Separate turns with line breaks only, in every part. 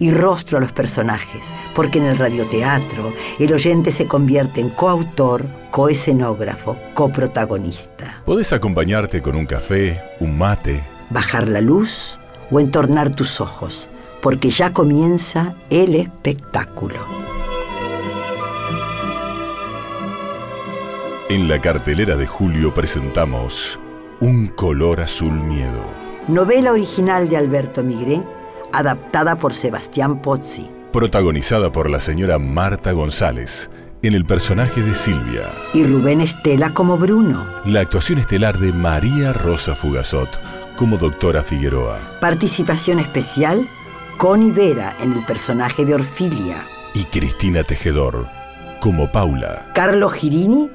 y rostro a los personajes, porque en el radioteatro el oyente se convierte en coautor, coescenógrafo, coprotagonista.
Podés acompañarte con un café, un mate,
Bajar la luz o entornar tus ojos, porque ya comienza el espectáculo.
En la cartelera de julio presentamos Un color azul miedo.
Novela original de Alberto Migré, adaptada por Sebastián Pozzi,
Protagonizada por la señora Marta González en el personaje de Silvia.
y Rubén Estela como Bruno.
La actuación estelar de María Rosa Fugazot como doctora Figueroa.
Participación especial, Connie Vera en el personaje de Orfilia.
Y Cristina Tejedor como Paula.
Carlo Girini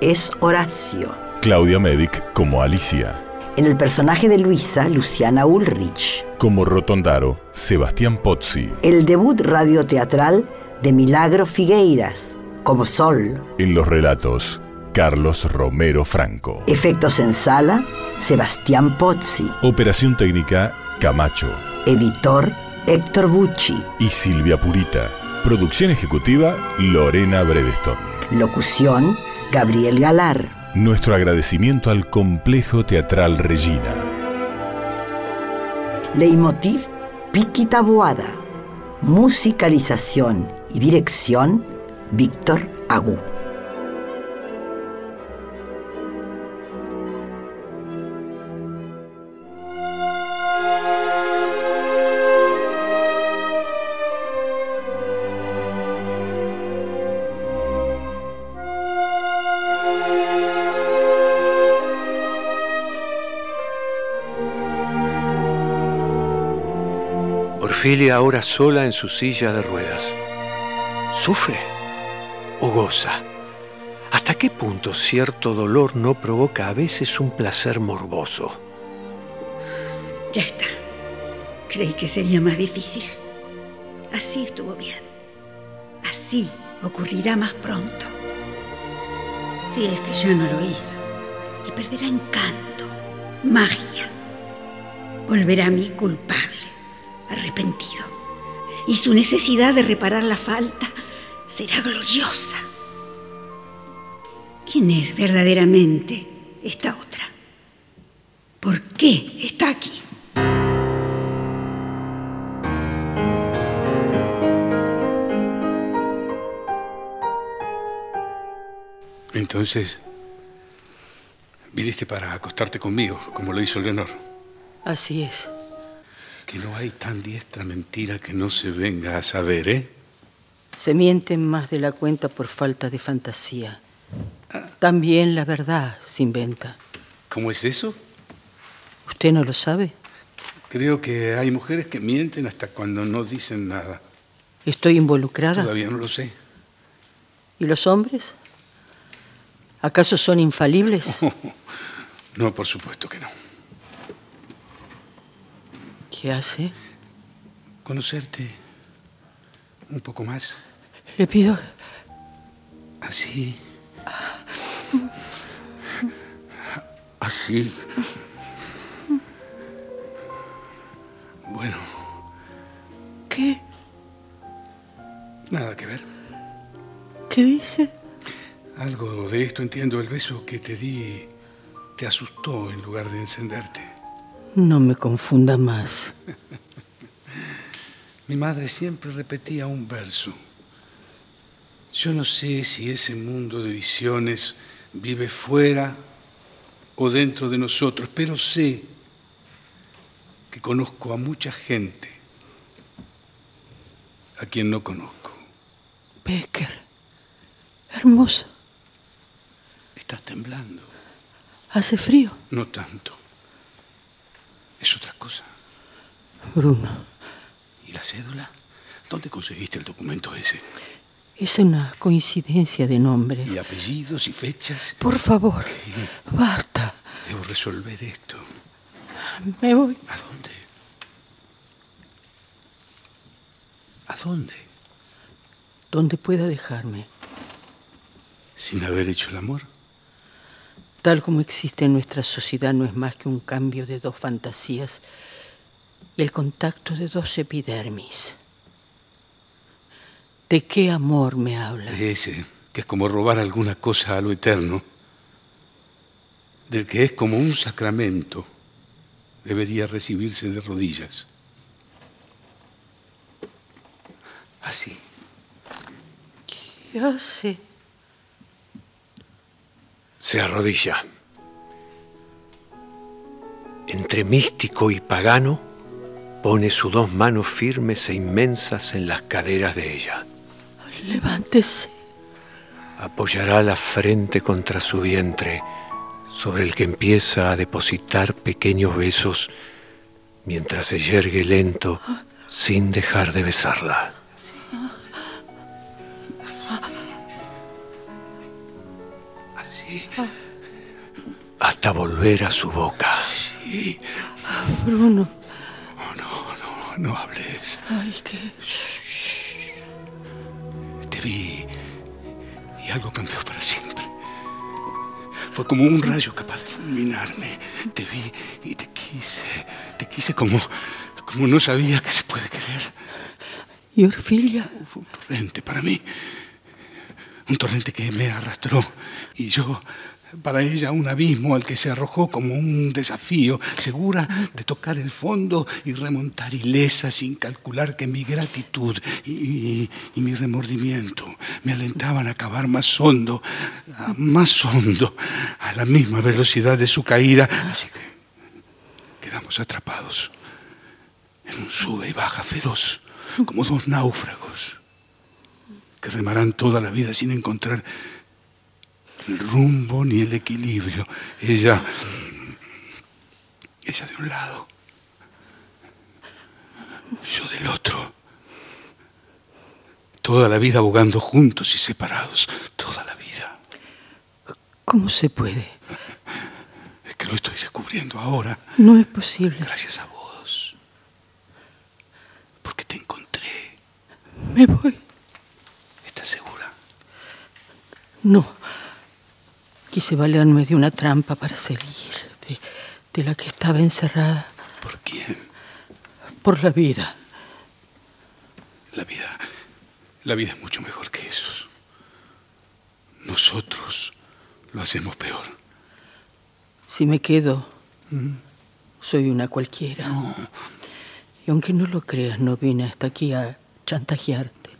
es Horacio.
Claudia Medic como Alicia.
En el personaje de Luisa, Luciana Ulrich.
Como Rotondaro, Sebastián Pozzi.
El debut radioteatral de Milagro Figueiras, como Sol.
En los relatos, Carlos Romero Franco.
Efectos en sala, Sebastián Pozzi.
Operación técnica, Camacho.
Editor, Héctor Bucci.
Y Silvia Purita. Producción ejecutiva, Lorena Bredeston.
Locución, Gabriel Galar.
Nuestro agradecimiento al Complejo Teatral Regina.
Leitmotiv, Piquita Boada. Musicalización y dirección, Víctor Agú.
Orfilia ahora sola en su silla de ruedas. ¿Sufre o goza? ¿Hasta qué punto cierto dolor no provoca a veces un placer morboso?
Ya está. Creí que sería más difícil. Así estuvo bien. Así ocurrirá más pronto. Si es que ya no lo hizo. Y perderá encanto, magia. Volverá a mí culpable, arrepentido. Y su necesidad de reparar la falta será gloriosa. ¿Quién es verdaderamente esta otra? ¿Por qué está aquí?
Entonces, viniste para acostarte conmigo, como lo hizo Leonor.
Así es.
Que no hay tan diestra mentira que no se venga a saber, ¿eh?
Se mienten más de la cuenta por falta de fantasía. También la verdad se inventa.
¿Cómo es eso?
¿Usted no lo sabe?
Creo que hay mujeres que mienten hasta cuando no dicen nada.
Estoy involucrada.
Todavía no lo sé.
¿Y los hombres? ¿Acaso son infalibles?
No, por supuesto que no.
¿Qué hace?
Conocerte un poco más,
Le pido...
así. Así. Bueno,
¿Qué?
nada que ver.
¿Qué dice?
Algo de esto entiendo. El beso que te di te asustó en lugar de encenderte.
No me confunda más.
Mi madre siempre repetía un verso. Yo no sé si ese mundo de visiones vive fuera o dentro de nosotros, pero sé que conozco a mucha gente a quien no conozco.
Becker. Hermoso.
Estás temblando.
Hace frío.
No tanto. Es otra cosa.
Bruno.
¿Y la cédula? ¿Dónde conseguiste el documento ese?
Es una coincidencia de nombres.
Y apellidos y fechas.
Por favor,
¿Qué?
basta.
Debo resolver esto.
Me voy.
¿A dónde? ¿A dónde?
Donde pueda dejarme.
Sin haber hecho el amor.
Tal como existe en nuestra sociedad no es más que un cambio de dos fantasías y el contacto de dos epidermis. ¿De qué amor me habla?
De ese, que es como robar alguna cosa a lo eterno. Del que es como un sacramento. Debería recibirse de rodillas. Así.
¿Qué hace?
Se arrodilla. Entre místico y pagano, pone sus dos manos firmes e inmensas en las caderas de ella.
Levántese.
Apoyará la frente contra su vientre, sobre el que empieza a depositar pequeños besos mientras se yergue lento sin dejar de besarla.
Así.
hasta volver a su boca.
Sí.
Bruno.
Oh, no, no, no hables.
Ay, qué.
Te vi y algo cambió para siempre. Fue como un rayo capaz de fulminarme. Te vi y te quise. Te quise como, como no sabía que se puede querer.
¿Y Orfilia?
Fue un torrente para mí. Un torrente que me arrastró. Y yo, para ella, un abismo al que se arrojó como un desafío, segura de tocar el fondo y remontar ilesa sin calcular que mi gratitud y, y- y mi remordimiento me alentaban a cavar más hondo, a más hondo, a la misma velocidad de su caída. Así que quedamos atrapados en un sube y baja feroz, como dos náufragos que remarán toda la vida sin encontrar el rumbo ni el equilibrio. Ella, ella de un lado, yo del otro. Toda la vida abogando juntos y separados, toda la vida.
¿Cómo se puede?
Es que lo estoy descubriendo ahora,
No es posible.
gracias a vos. Porque te encontré.
Me voy.
¿Estás segura?
No. Quise valerme de una trampa para salir de, de la que estaba encerrada
¿Por quién?
por la vida.
La vida, la vida es mucho mejor que eso. Nosotros lo hacemos peor.
Si me quedo, soy una cualquiera. Y aunque no lo creas, no vine hasta aquí a chantajearte,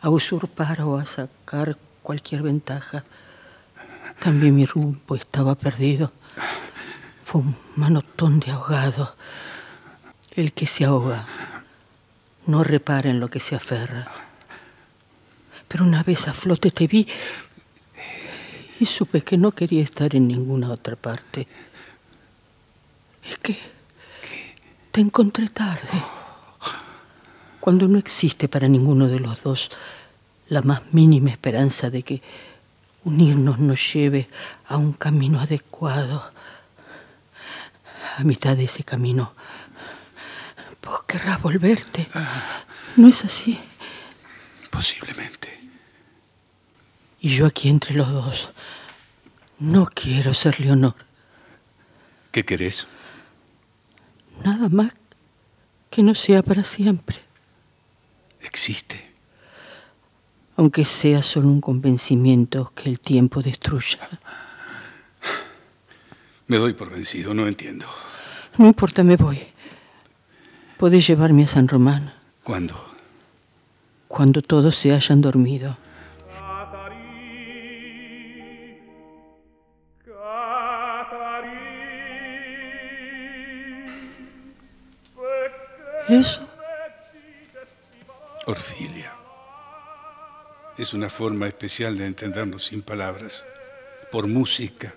a usurpar o a sacar cualquier ventaja. También mi rumbo estaba perdido. Fue un manotón de ahogado. El que se ahoga no repara en lo que se aferra. Pero una vez a flote te vi y supe que no quería estar en ninguna otra parte. Es que te encontré tarde, cuando no existe para ninguno de los dos la más mínima esperanza de que unirnos nos lleve a un camino adecuado. A mitad de ese camino, vos querrás volverte. ¿No es así?
Posiblemente.
Y yo aquí entre los dos. No quiero ser Leonor.
¿Qué querés?
Nada más que no sea para siempre.
Existe.
Aunque sea solo un convencimiento que el tiempo destruya.
Me doy por vencido, no entiendo.
No importa, me voy. Podés llevarme a San Román
¿Cuándo?
cuando todos se hayan dormido.
Catari, Catari, perché
Eso
Orfilia. Es una forma especial de entendernos sin palabras, por música.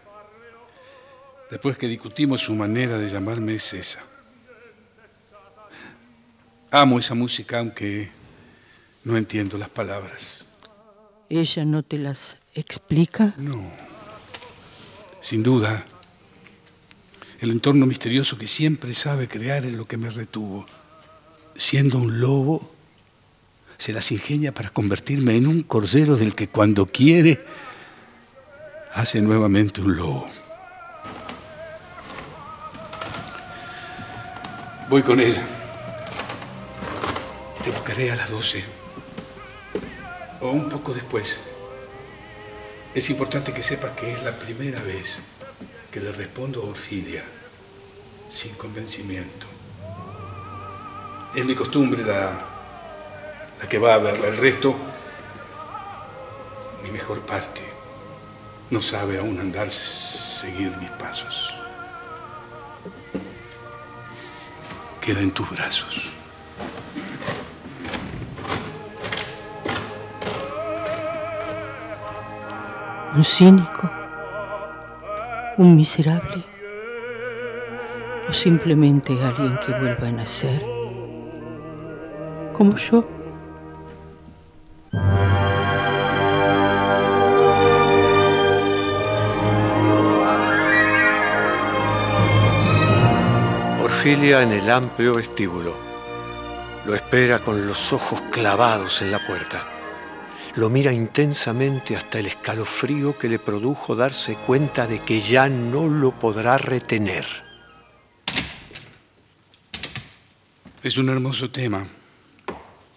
Después que discutimos su manera de llamarme es esa. Amo esa música aunque no entiendo las palabras.
¿Ella no te las explica?
No. Sin duda, el entorno misterioso que siempre sabe crear es lo que me retuvo. Siendo un lobo, se las ingenia para convertirme en un cordero del que cuando quiere hace nuevamente un lobo. Voy con ella. Te buscaré a las 12 o un poco después. Es importante que sepas que es la primera vez que le respondo a Orfidia sin convencimiento. Es mi costumbre la, la que va a verla. El resto, mi mejor parte, no sabe aún andar, s- seguir mis pasos. Queda en tus brazos.
Un cínico, un miserable, o simplemente alguien que vuelva a nacer, como yo.
Orfilia en el amplio vestíbulo. Lo espera con los ojos clavados en la puerta. Lo mira intensamente hasta el escalofrío que le produjo darse cuenta de que ya no lo podrá retener.
Es un hermoso tema.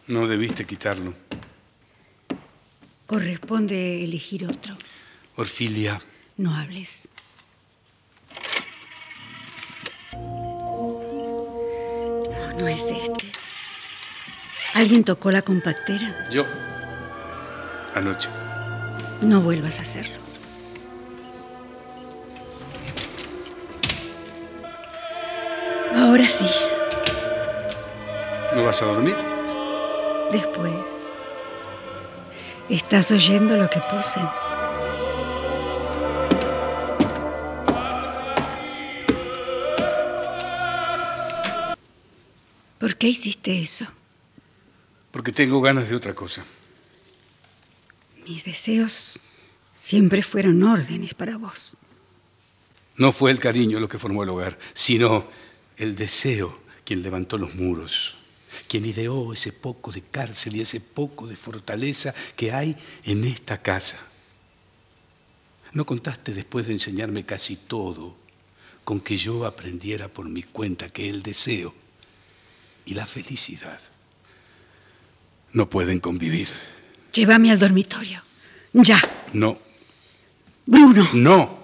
No debiste quitarlo.
Corresponde elegir otro.
Orfilia,
No hables. No, no es este. Alguien tocó la compactera.
yo. Anoche.
No vuelvas a hacerlo. Ahora sí.
¿No vas a dormir?
Después. ¿Estás oyendo lo que puse? ¿Por qué hiciste eso?
Porque tengo ganas de otra cosa.
Mis deseos siempre fueron órdenes para vos.
No fue el cariño lo que formó el hogar, sino el deseo quien levantó los muros, quien ideó ese poco de cárcel y ese poco de fortaleza que hay en esta casa. No contaste después de enseñarme casi todo con que yo aprendiera por mi cuenta que el deseo y la felicidad no pueden convivir.
Llévame al dormitorio. Ya.
No,
Bruno.
no.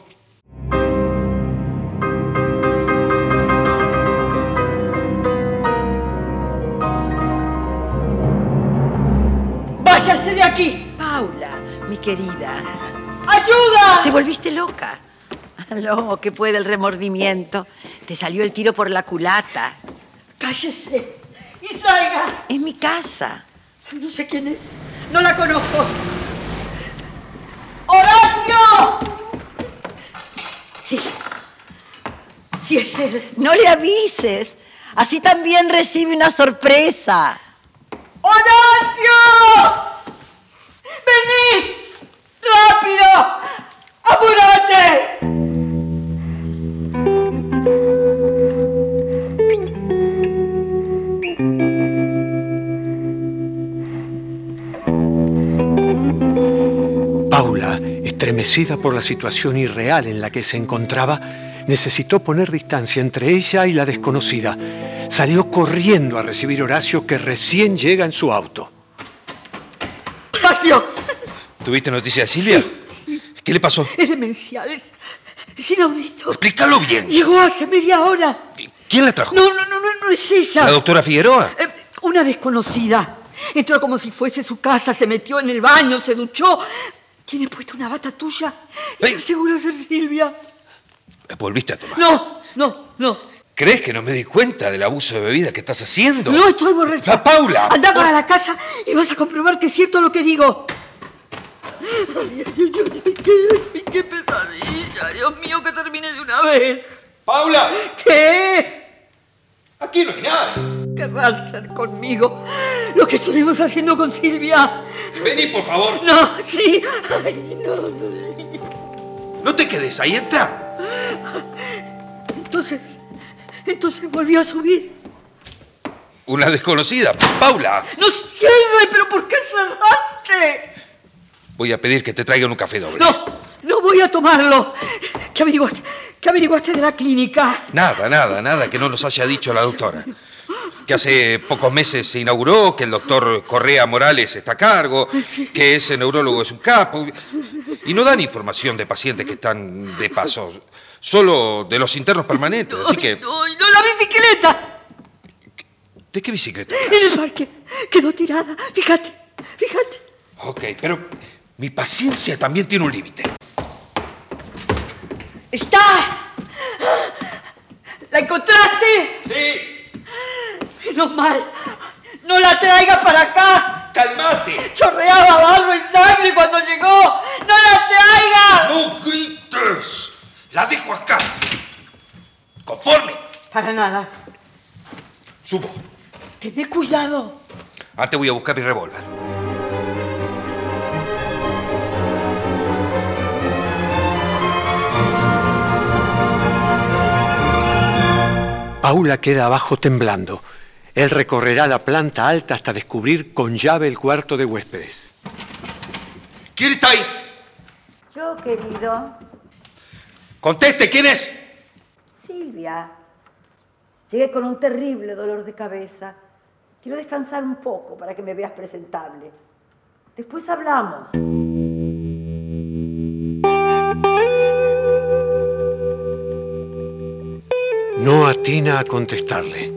¡Váyase de aquí!
Paula, mi querida, te
¡Ayuda!
volviste loca. Lo que puede el remordimiento. Te salió el tiro por la culata.
¡Cállese! ¡Y salga!
Es mi casa.
No sé quién es. No la conozco. ¡Horacio! Sí. Sí es él.
No le avises. Así también recibe una sorpresa.
¡Horacio! ¡Vení! ¡Rápido! ¡Apúrate!
Paula, estremecida por la situación irreal en la que se encontraba, necesitó poner distancia entre ella y la desconocida. Salió corriendo a recibir a Horacio que recién llega en su auto.
¡Horacio!
¿Tuviste noticia de Silvia? ¿Qué le pasó?
Es demencial. Es, es inaudito.
Explícalo bien.
Llegó hace media hora.
¿Quién la trajo?
No, no, no, no, no es ella.
¿La doctora Figueroa?
Eh, una desconocida. Entró como si fuese su casa, se metió en el baño, se duchó. Tiene puesta una bata tuya.
Ey.
Y seguro ser Silvia.
Volviste a tomar.
No, no, no.
¿Crees que no me di cuenta del abuso de bebida que estás haciendo?
No estoy borracha.
Pa- Paula.
Anda para la casa y vas a comprobar que es cierto lo que digo. Ay, ay, ay, ay, ay, qué, qué pesadilla. Dios mío, que termine de una vez.
¡Paula!
¿Qué?
¡Aquí no hay nada!
Querrá hacer conmigo lo que estuvimos haciendo con Silvia.
Vení, por favor.
No, sí. Ay, no, no.
No te quedes ahí, entra.
Entonces, entonces volvió a subir.
Una desconocida. Paula,
No cierre, pero ¿por qué cerraste?
voy a pedir que te traigan un café doble.
No, no voy a tomarlo. ¿Qué averiguaste? ¿Qué averiguaste de la clínica?
Nada, nada, nada que no nos haya dicho la doctora. Que hace pocos meses se inauguró, que el doctor Correa Morales está a cargo, que ese neurólogo es un capo. Y no dan información de pacientes que están de paso, solo de los internos permanentes. Así
Ay,
que,
no, y no la bicicleta.
¿de qué bicicleta?
En el parque quedó tirada. Fíjate, fíjate.
Ok, pero mi paciencia también tiene un límite.
¡Está! ¿La encontraste?
Sí,
Menos mal. No la traigas para acá.
calmate.
Chorreaba barro y sangre cuando llegó. ¡No la traigas!
No grites. La dejo acá. Conforme.
Para nada.
Subo.
Tené cuidado.
Antes Ah, voy a buscar mi revólver.
Paula queda abajo temblando. Él recorrerá la planta alta hasta descubrir con llave el cuarto de huéspedes.
¿Quién está ahí?
Yo, querido,
Conteste, ¿quién es?
Silvia, llegué con un terrible dolor de cabeza. Quiero descansar un poco para que me veas presentable. Después hablamos.
No atina a contestarle.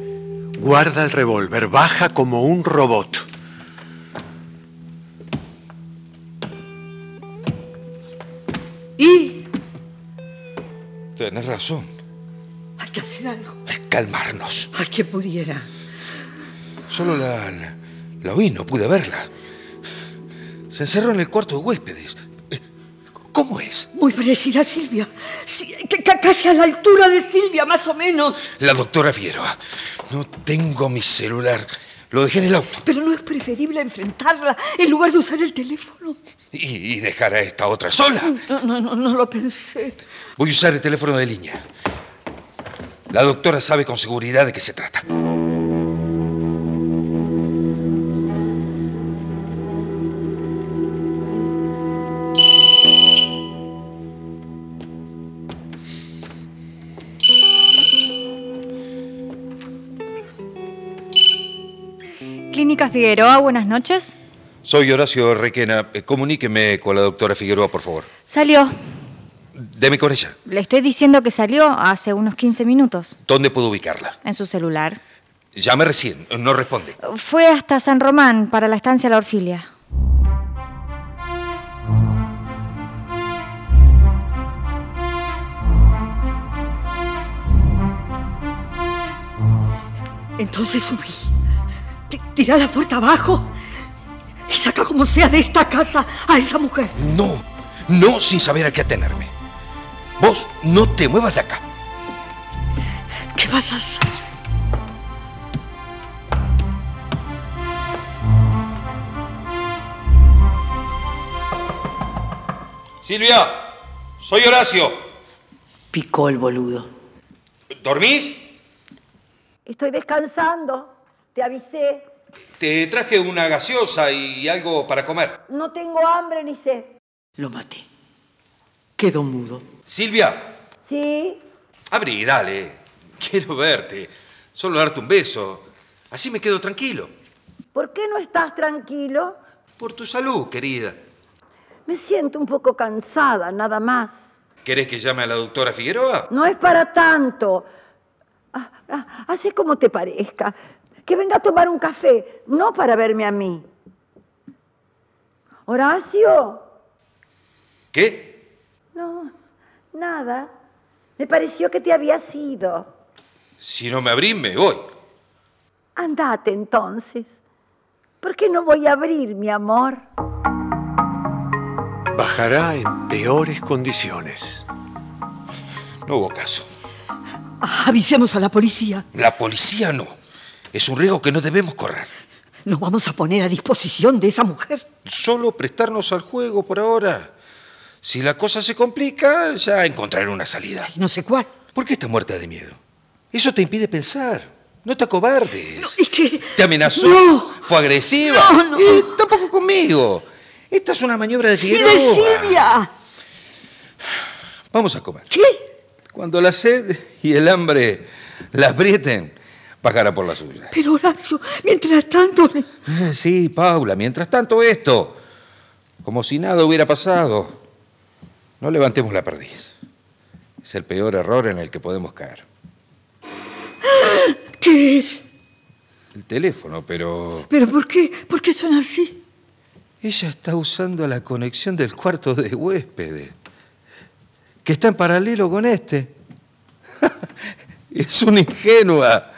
Guarda el revólver, baja como un robot.
Y
Tenés razón.
hay que hacer algo.
Calmarnos.
Ay, que pudiera.
Solo la, la, la oí, no pude verla. Se encerró en el cuarto de huéspedes. Eh, ¿Cómo es?
Muy parecida a Silvia. Sí, ca- ca- casi a la altura de Silvia, más o menos.
La doctora Figueroa. No tengo mi celular. Lo dejé en el auto.
Pero no es preferible enfrentarla en lugar de usar el teléfono.
Y, y dejar a esta otra sola.
No, no, no, no lo pensé.
Voy a usar el teléfono de línea. La doctora sabe con seguridad de qué se trata.
Clínica Figueroa, buenas noches.
Soy Horacio Requena. Eh, Comuníqueme con la doctora Figueroa, por favor.
Salió.
Deme con ella.
Le estoy diciendo que salió hace unos 15 minutos
¿Dónde puedo ubicarla?
en su celular.
Llame recién. No responde.
Fue hasta San Román para la estancia La Orfilia.
Entonces subí. Ti- Tirá la puerta abajo y saca como sea de esta casa a esa mujer.
No, no sin saber a qué atenerme. Vos no te muevas de acá.
¿Qué vas a hacer?
Silvia, soy Horacio.
Picó el boludo.
¿Dormís?
Estoy descansando. Te avisé.
Te traje una gaseosa y algo para comer.
No tengo hambre ni sed.
Lo maté. Quedó mudo.
Silvia,
¿Sí?
abrí, dale. Quiero verte. Solo darte un beso. Así me quedo tranquilo.
¿Por qué no estás tranquilo?
Por tu salud, querida.
Me siento un poco cansada, nada más.
¿Querés que llame a la doctora Figueroa?
No es para tanto. Ah, ah, Hacé como te parezca. Que venga a tomar un café, no para verme a mí. Horacio.
¿Qué?
No, nada. Me pareció que te había ido.
Si no me abrís, me voy.
Andate entonces. ¿Por qué no voy a abrir, mi amor?
Bajará en peores condiciones.
No hubo caso.
Ah, Avisemos a la policía.
La policía no. Es un riesgo que no debemos correr.
Nos vamos a poner a disposición de esa mujer.
Solo prestarnos al juego por ahora. Si la cosa se complica, ya encontraré una salida.
No sé cuál.
¿Por qué estás muerta de miedo? Eso te impide pensar. No te acobardes.
Es que.
Te amenazó.
No.
Fue agresiva.
No, no.
Y tampoco conmigo. Esta es una maniobra de
¡Y
Figueroa.
de Silvia!
Vamos a comer.
¿Qué?
Cuando la sed y el hambre las aprieten, bajará por la suya.
Pero Horacio, mientras tanto.
Ah, Sí, Paula, mientras tanto esto. Como si nada hubiera pasado. No levantemos la perdiz. Es el peor error en el que podemos caer.
¿Qué es?
El teléfono, pero...
¿Pero por qué? ¿Por qué son así?
Ella está usando la conexión del cuarto de huéspedes, que está en paralelo con este. es una ingenua.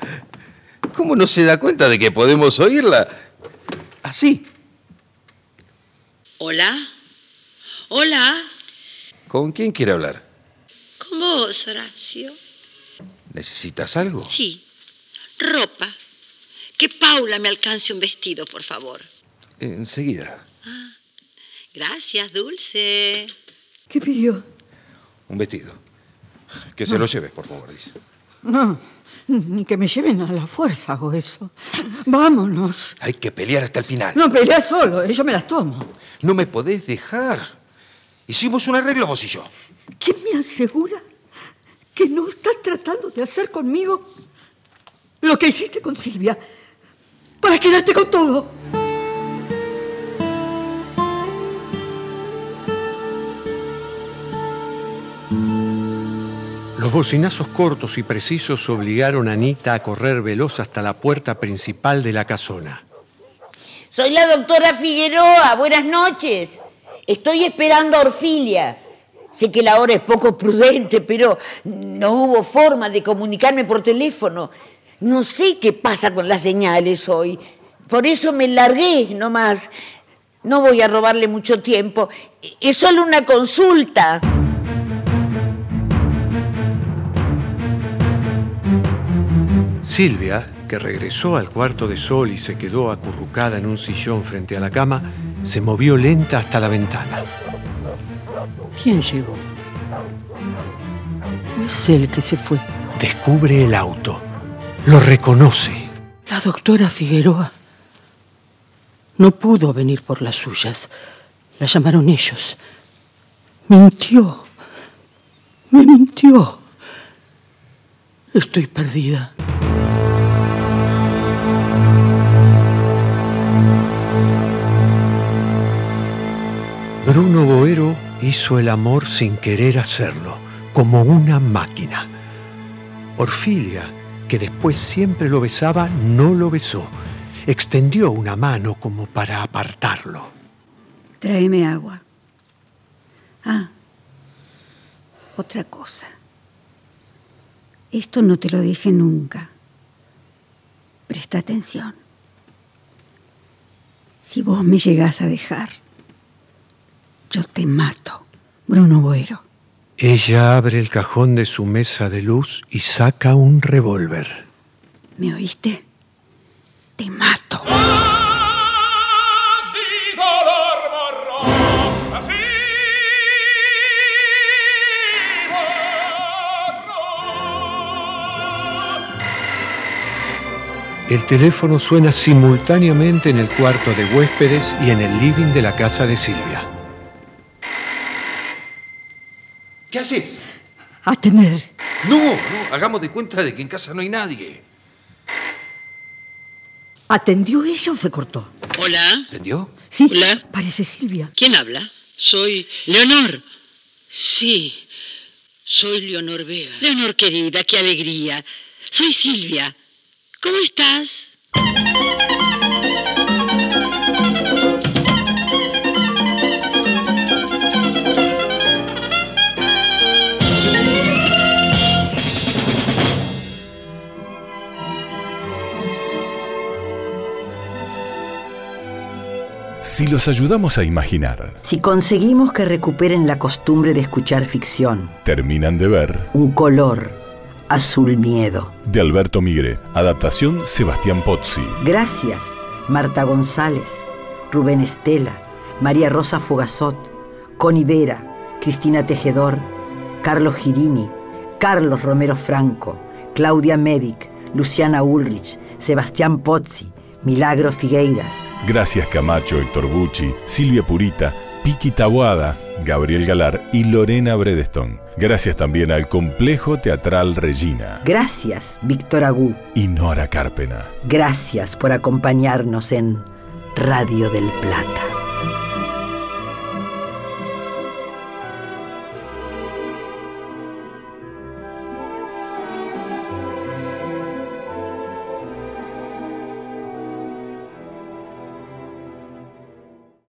¿Cómo no se da cuenta de que podemos oírla? Así.
Hola. Hola.
¿Con quién quiere hablar?
¿Con vos, Horacio?
¿Necesitas algo?
Sí. Ropa. Que Paula me alcance un vestido, por favor.
Enseguida.
Gracias, Dulce.
¿Qué pidió?
Un vestido. Que se lo lleves, por favor, dice.
No, ni que me lleven a la fuerza o eso. Vámonos.
Hay que pelear hasta el final.
No pelea solo, eh, yo me las tomo.
No me podés dejar. Hicimos un arreglo vos y yo.
¿Quién me asegura que no estás tratando de hacer conmigo lo que hiciste con Silvia para quedarte con todo?
Los bocinazos cortos y precisos obligaron a Anita a correr veloz hasta la puerta principal de la casona.
Soy la doctora Figueroa, buenas noches. Estoy esperando a Orfilia. Sé que la hora es poco prudente, pero no hubo forma de comunicarme por teléfono. No sé qué pasa con las señales hoy. Por eso me largué nomás. No voy a robarle mucho tiempo. Es solo una consulta.
Silvia, que regresó al cuarto de sol y se quedó acurrucada en un sillón frente a la cama, se movió lenta hasta la ventana.
¿Quién llegó? ¿O es él que se fue?
Descubre el auto. Lo reconoce.
La doctora Figueroa no pudo venir por las suyas. La llamaron ellos. Mintió. Me mintió. Estoy perdida.
Bruno Boero hizo el amor sin querer hacerlo, como una máquina. Orfilia, que después siempre lo besaba, no lo besó. Extendió una mano como para apartarlo.
Tráeme agua. Ah, otra cosa. Esto no te lo dije nunca. Presta atención. Si vos me llegás a dejar, yo te mato, Bruno Boero.
Ella abre el cajón de su mesa de luz y saca un revólver.
¿Me oíste? Te mato.
di color marrón, así
El teléfono suena simultáneamente en el cuarto de huéspedes y en el living de la casa de Silvia.
¿Qué haces?
Atender.
No, no, hagamos de cuenta de que en casa no hay nadie.
¿Atendió ella o se cortó?
Hola.
¿Entendió?
Sí,
Hola.
parece Silvia.
¿Quién habla? Soy Leonor. Sí, soy Leonor Vega. Leonor querida, qué alegría. Soy Silvia. ¿Cómo estás?
Si los ayudamos a imaginar,
Si conseguimos que recuperen la costumbre de escuchar ficción,
terminan de ver
un color, Azul Miedo.
De Alberto Migre. Adaptación Sebastián Pozzi.
Gracias, Marta González, Rubén Estela, María Rosa Fugazot, Connie Vera, Cristina Tejedor, Carlos Girini, Carlos Romero Franco, Claudia Medic, Luciana Ulrich, Sebastián Pozzi, Milagro Figueiras.
Gracias Camacho, Héctor Bucci, Silvia Purita, Piqui Tabuada, Gabriel Galar y Lorena Bredeston. Gracias también al Complejo Teatral Regina
Gracias, Víctor Agú.
y Nora Carpena.
Gracias por acompañarnos en Radio del Plata.